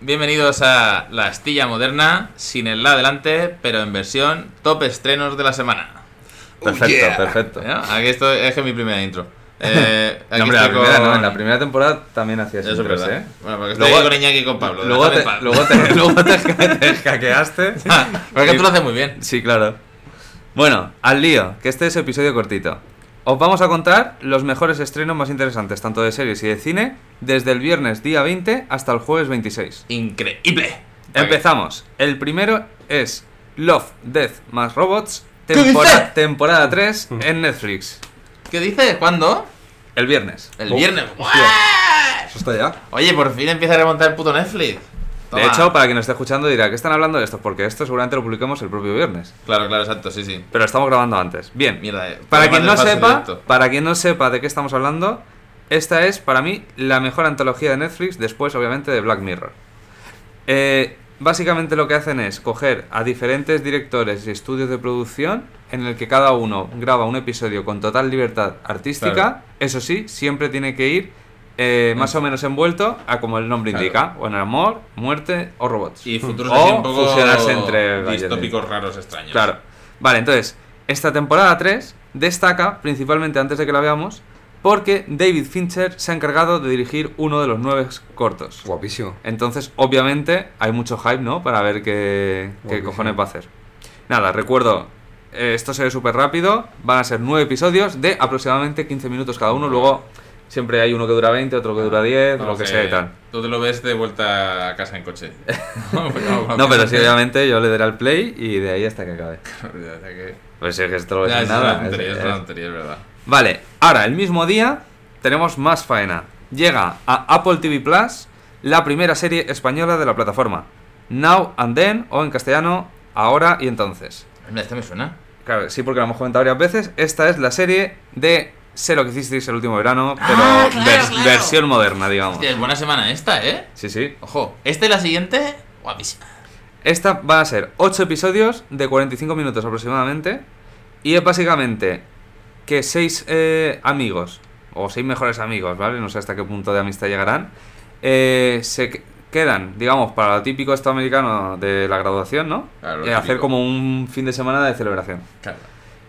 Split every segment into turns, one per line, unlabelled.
Bienvenidos a La Astilla Moderna, sin el la delante, pero en versión top estrenos de la semana.
Perfecto,
yeah.
perfecto.
¿No? Aquí estoy, es que es mi primera intro. Eh, aquí
No, hombre, la
estoy
primera,
con-
no, en la primera temporada también hacías
Eso es
intros,
verdad.
¿eh?
Bueno, porque estoy
Luego-
con Iñaki y con Pablo.
Luego
déjame
te,
en paz.
luego te, luego te- te hackeaste.
Ah, pero es que tú lo haces muy bien.
Sí, claro. Bueno, al lío, que este es episodio cortito. Os vamos a contar los mejores estrenos más interesantes, tanto de series y de cine, desde el viernes día 20 hasta el jueves 26.
Increíble.
Empezamos. El primero es Love, Death más Robots,
¿Qué dices?
tempora- temporada 3 en Netflix.
¿Qué dices? ¿Cuándo?
El viernes.
El
Oh,
viernes.
hostia.
¡Guau!
Eso está ya.
Oye, por fin empieza a remontar el puto Netflix. Toma.
De hecho, para quien nos esté escuchando dirá, ¿qué están hablando de esto? Porque esto seguramente lo publicamos el propio viernes.
claro, claro, exacto, sí, sí.
Pero estamos grabando antes. Bien.
Mierda, eh.
Para
Además
quien no
del falso
sepa,
directo.
para quien no sepa de qué estamos hablando, esta es para mí la mejor antología de Netflix, después obviamente de Black Mirror. Eh, básicamente lo que hacen es coger a diferentes directores y estudios de producción en el que cada uno graba un episodio con total libertad artística,
Claro.
eso sí, siempre tiene que ir eh, más o menos envuelto a como el nombre
Claro.
indica, o en amor, muerte o robots.
Y futuros
O
así un poco
fusionarse entre
distópicos raros extraños.
Claro. Vale, entonces, esta temporada 3 destaca, principalmente antes de que la veamos, porque David Fincher se ha encargado de dirigir uno de los nueve cortos.
Guapísimo.
Entonces, obviamente, hay mucho hype, ¿no? Para ver qué, qué
Guapísimo.
cojones va a hacer. Nada, recuerdo, eh, esto se ve súper rápido. Van a ser nueve episodios de aproximadamente 15 minutos cada uno. Luego, siempre hay uno que dura 20, otro que dura 10,
Ah, No,
lo que
sé,
sea y tal.
Tú te lo ves de vuelta a casa en coche. no,
No, pero sí, obviamente, yo le daré al play y de ahí hasta que acabe. Pues sí, que esto lo es
Ya, es
nada,
una tontería,
es-
es
es-
una tontería, es verdad.
Vale, ahora el mismo día tenemos más faena. Llega a Apple TV Plus la primera serie española de la plataforma. Now and Then, o en castellano, Ahora y Entonces.
Mira, esta me suena.
Claro, sí, porque la hemos comentado varias veces. Esta es la serie de Sé lo que hicisteis el último verano, pero
Ah, claro,
vers-
claro.
versión moderna, digamos.
Hostia, es buena semana esta, ¿eh?
Sí, sí.
Ojo, esta y la siguiente, guapísima.
Esta va a ser 8 episodios de 45 minutos aproximadamente. Y es básicamente que 6 amigos, o 6 mejores amigos, ¿vale? No sé hasta qué punto de amistad llegarán. eh, se qu- quedan, digamos, para lo típico esto americano de la graduación, ¿no?
Claro, lo
Eh, hacer
típico.
como un fin de semana de celebración.
Claro.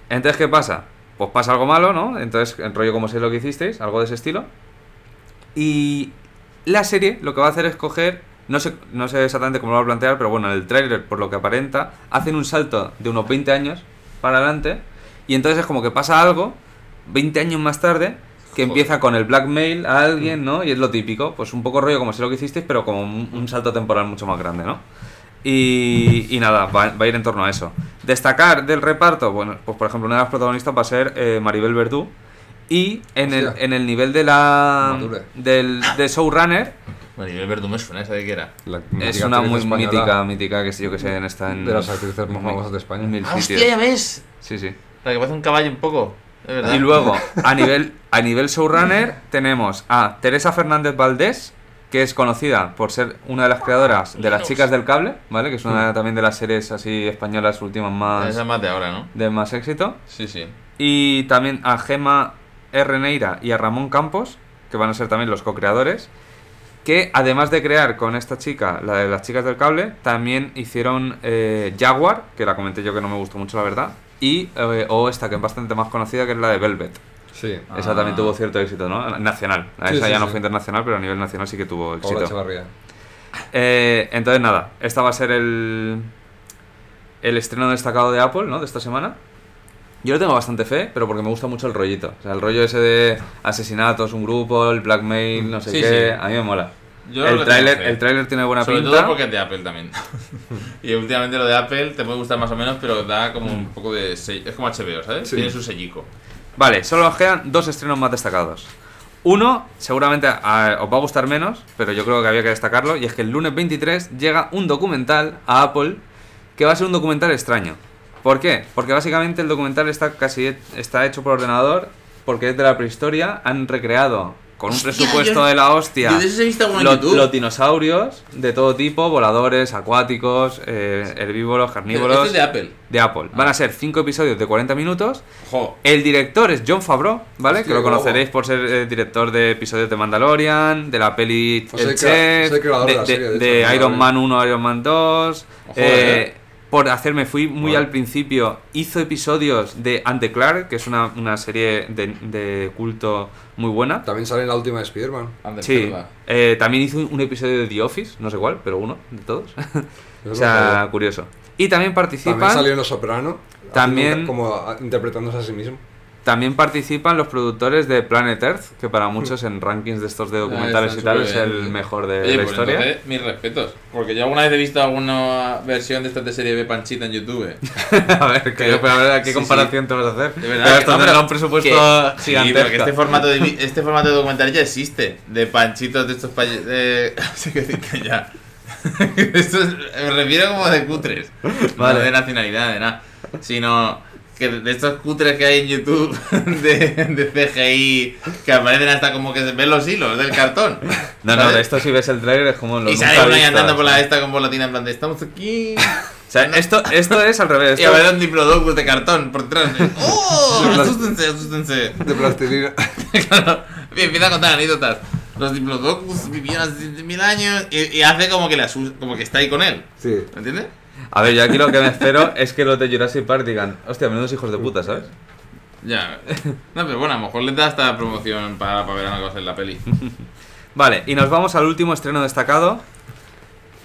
Entonces, ¿qué pasa? Pues pasa algo malo, ¿no? Entonces, el rollo como sé lo que hicisteis, algo de ese estilo. Y la serie lo que va a hacer es coger, no sé, no sé exactamente cómo lo va a plantear, pero bueno, en el tráiler, por lo que aparenta, hacen un salto de unos 20 años para adelante. Y entonces es como que pasa algo, 20 años más tarde, que
Joder.
empieza con el blackmail a alguien, ¿no? Y es lo típico, pues un poco rollo como sé lo que hicisteis, pero como un, un salto temporal mucho más grande, ¿no? Y, y nada, va, va a ir en torno a eso. Destacar del reparto, bueno, pues por ejemplo, una de las protagonistas va a ser eh, Maribel Verdú. Y en el,
Hostia.
en el nivel de la.
Madure.
Del, de Showrunner,
Maribel Verdú me suena, ¿esa de qué era?
La
es
mítica
una
actriz
muy
española
mítica, mítica que sí, yo que sé, en esta. En,
De las actrices más famosas de España.
mil
Ah, hostia,
sitios.
ya ves.
Sí, sí.
La que parece un caballo un poco. Es verdad.
Y luego, a nivel, a nivel showrunner, tenemos a Teresa Fernández Valdés, que es conocida por ser una de las creadoras de Las Chicas del Cable, ¿vale? Que es una también de las series así españolas últimas
Esa
más
es más de ahora, ¿no?
de más éxito.
Sí, sí.
Y también a Gema R. Neira y a Ramón Campos, que van a ser también los co-creadores, que además de crear con esta chica, la de las chicas del cable, también hicieron eh, Jaguar, que la comenté yo que no me gustó mucho, la verdad, y eh, o esta que es bastante más conocida, que es la de Velvet.
Sí.
Ah,
Esa también tuvo cierto éxito, ¿no? Nacional. A
Sí,
esa
sí,
ya no
sí.
fue internacional, pero a nivel nacional sí que tuvo éxito.
Paula Ah, Echevarría.
Eh, entonces, nada, esta va a ser el, el estreno destacado de Apple, ¿no? De esta semana. Yo le tengo bastante fe, pero porque me gusta mucho el rollito. O sea, el rollo ese de asesinatos, un grupo, el blackmail, no sé
Sí,
qué.
sí.
A mí me mola.
Yo
el,
le tengo
tráiler,
fe.
el tráiler tiene buena
Sobre
pinta.
todo porque es de Apple también. y últimamente lo de Apple te puede gustar más o menos, pero da como un poco de... se- Es como HBO, ¿sabes?
Sí.
Tiene su sellico.
Vale, solo nos quedan dos estrenos más destacados. Uno, seguramente a- os va a gustar menos, pero yo creo que había que destacarlo, y es que el lunes 23 llega un documental a Apple que va a ser un documental extraño. ¿Por qué? Porque básicamente el documental está casi he- está hecho por ordenador, porque es de la prehistoria, han recreado con un
Hostia,
presupuesto
yo-
de la hostia.
Yo de eso he visto alguno en
ah. Lo-
YouTube.
los dinosaurios de todo tipo, voladores, acuáticos, eh, herbívoros,
Pero
carnívoros.
esto este es de Apple.
de Apple. Van a ser cinco episodios de 40 minutos.
Jo.
El director es John Favreau, ¿vale?
Hostia,
que lo
guapo.
conoceréis por ser eh, director de episodios de Mandalorian, de la peli
Pues
El
es el crea-
Chef,
es el creador de la
de,
serie, de
de
hecho, Mandalorian.
Iron Man 1, Iron Man 2. eh, por hacerme fui muy
Vale.
al principio, hizo episodios de Ante Clark, que es una, una serie de, de culto muy buena.
También sale en la última de Spider-Man.
Ander,
Sí,
perdona.
eh, también hizo un episodio de The Office, no sé cuál, pero uno de todos. o
Eso
sea, curioso. Y también participan.
También salió en Los Soprano.
También-
haciendo- Como a- interpretándose a sí mismo.
También participan los productores de Planet Earth, que para muchos en rankings de estos de documentales
Ah,
y
están
tal es
superbién.
el mejor de
Oye,
la
pues
historia.
entonces, mis respetos. Porque yo alguna vez he visto alguna versión de esta de serie de Panchita en YouTube.
a ver, que,
Pero-
pero a ver, ¿a qué
sí,
comparación te vas a hacer?
De verdad,
Pero
que
esto
no,
tendrá
pero-
un presupuesto
Sí,
gigantesco.
porque este formato, de, vi- este formato de documental ya existe. De panchitos de estos payas. Eh, así que decir que ya. Esto es- me refiero como de cutres.
Vale.
No de nacionalidad, de nada. Sino que de estos cutres que hay en YouTube de, de CGI que aparecen hasta como que se ven los hilos del cartón.
No, no,
¿Sabes?
de esto si ves el trailer es como lo
Y
nunca
sale uno ahí
visto.
andando por la esta con bolatina en plan de estamos aquí.
O sea, esto, esto es al revés.
Y
esto-
a ver un diplodocus de cartón por detrás. ¡Oh! Asústense, asústense.
De plastilina.
Claro, y empieza a contar anécdotas. Los diplodocus vivieron hace 7.000 años y, y hace como que, le asus- como que está ahí con él.
Sí.
¿Me entiendes?
A ver, yo aquí lo que me espero es que los de Jurassic Park digan, hostia, menudos hijos de puta, ¿sabes?
Ya. No, pero bueno, a lo mejor les da esta promoción para, para verano que va a ser la peli.
Vale, y nos vamos al último estreno destacado.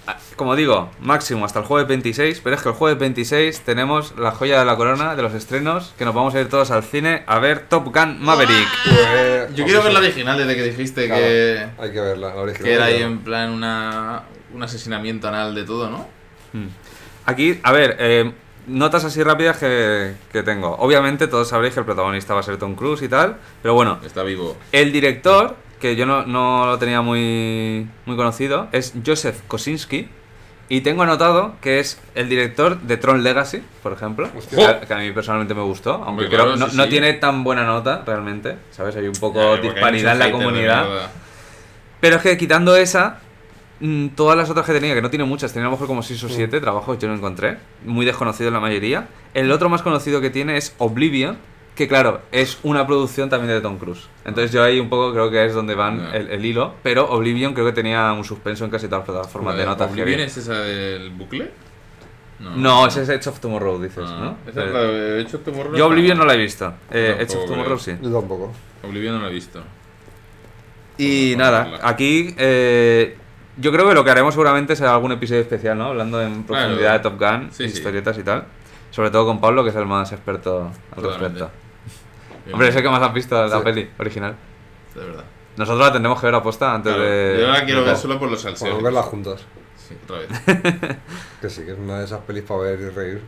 Ah, Como digo, máximo hasta el jueves 26, pero es que el jueves 26 tenemos la joya de la corona de los estrenos, que nos vamos a ir todos al cine a ver Top Gun Maverick.
Pues-
Yo quiero ver la
hombre,
original desde que dijiste
Claro.
que,
Hay que verla, la original.
que era ahí en plan una, un asesinamiento anal de todo, ¿no?
Aquí, a ver, eh, notas así rápidas que, que tengo. Obviamente todos sabréis que el protagonista va a ser Tom Cruise y tal, pero bueno,
Está vivo.
el director, que yo no, no lo tenía muy, muy conocido, es Joseph Kosinski. Y tengo anotado que es el director de Tron Legacy, por ejemplo.
Hostia. Oh.
Que, que a mí personalmente me gustó. Aunque
Hombre,
creo-
claro,
no,
sí,
no
sí.
tiene tan buena nota realmente. ¿Sabes? Hay un poco
Ya, porque hay
disparidad
mucho
en la
hater de
comunidad.
mierda.
Pero es que quitando esa, mm, todas las otras que tenía, que no tiene muchas, tenía a lo mejor como
Mm.
6 o 7 trabajos, yo no encontré. Muy desconocido la mayoría. El otro más conocido que tiene es Oblivion, que claro, es una producción también de Tom Cruise. Entonces yo ahí un poco creo que es donde van
Ya.
el, el hilo, pero Oblivion creo que tenía un suspenso en casi todas las plataformas de
Vale,
notas. que
¿Oblivion
vi.
es esa del bucle?
No, ese es Edge of Tomorrow, dices,
Ah,
¿no?
esa
Eh,
es la de este Edge of Tomorrow.
Yo Oblivion no la he visto. Eh,
Tampoco
Edge of Tomorrow sí.
Yo tampoco.
Oblivion no la he visto.
Y
Pues Vamos a
nada,
verla.
aquí eh, yo creo que lo que haremos seguramente será algún episodio especial, ¿no? Hablando en profundidad de Top Gun,
Sí, sí.
historietas y tal. Sobre todo con Pablo, que es el más experto al
Totalmente.
respecto. Hombre, es el que más has visto de la
Sí.
peli original.
De verdad.
Nosotros la tendremos que ver aposta antes
Claro,
de...
Yo ahora quiero
de-
ver solo por los
Podemos
salseos.
verlas juntas.
Sí, otra vez.
Que sí, que es una de esas pelis para ver y reír.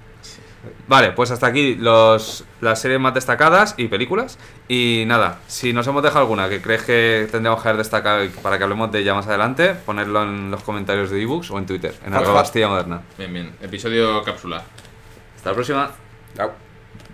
Vale, pues hasta aquí los, las series más destacadas y películas. Y nada, si nos hemos dejado alguna que crees que tendríamos que haber destacado y para que hablemos de ella más adelante, ponerlo en los comentarios de ebooks o en Twitter, en
Ajá.
arroba Astilla Moderna.
Bien, bien. Episodio cápsula.
Hasta la próxima.
Au.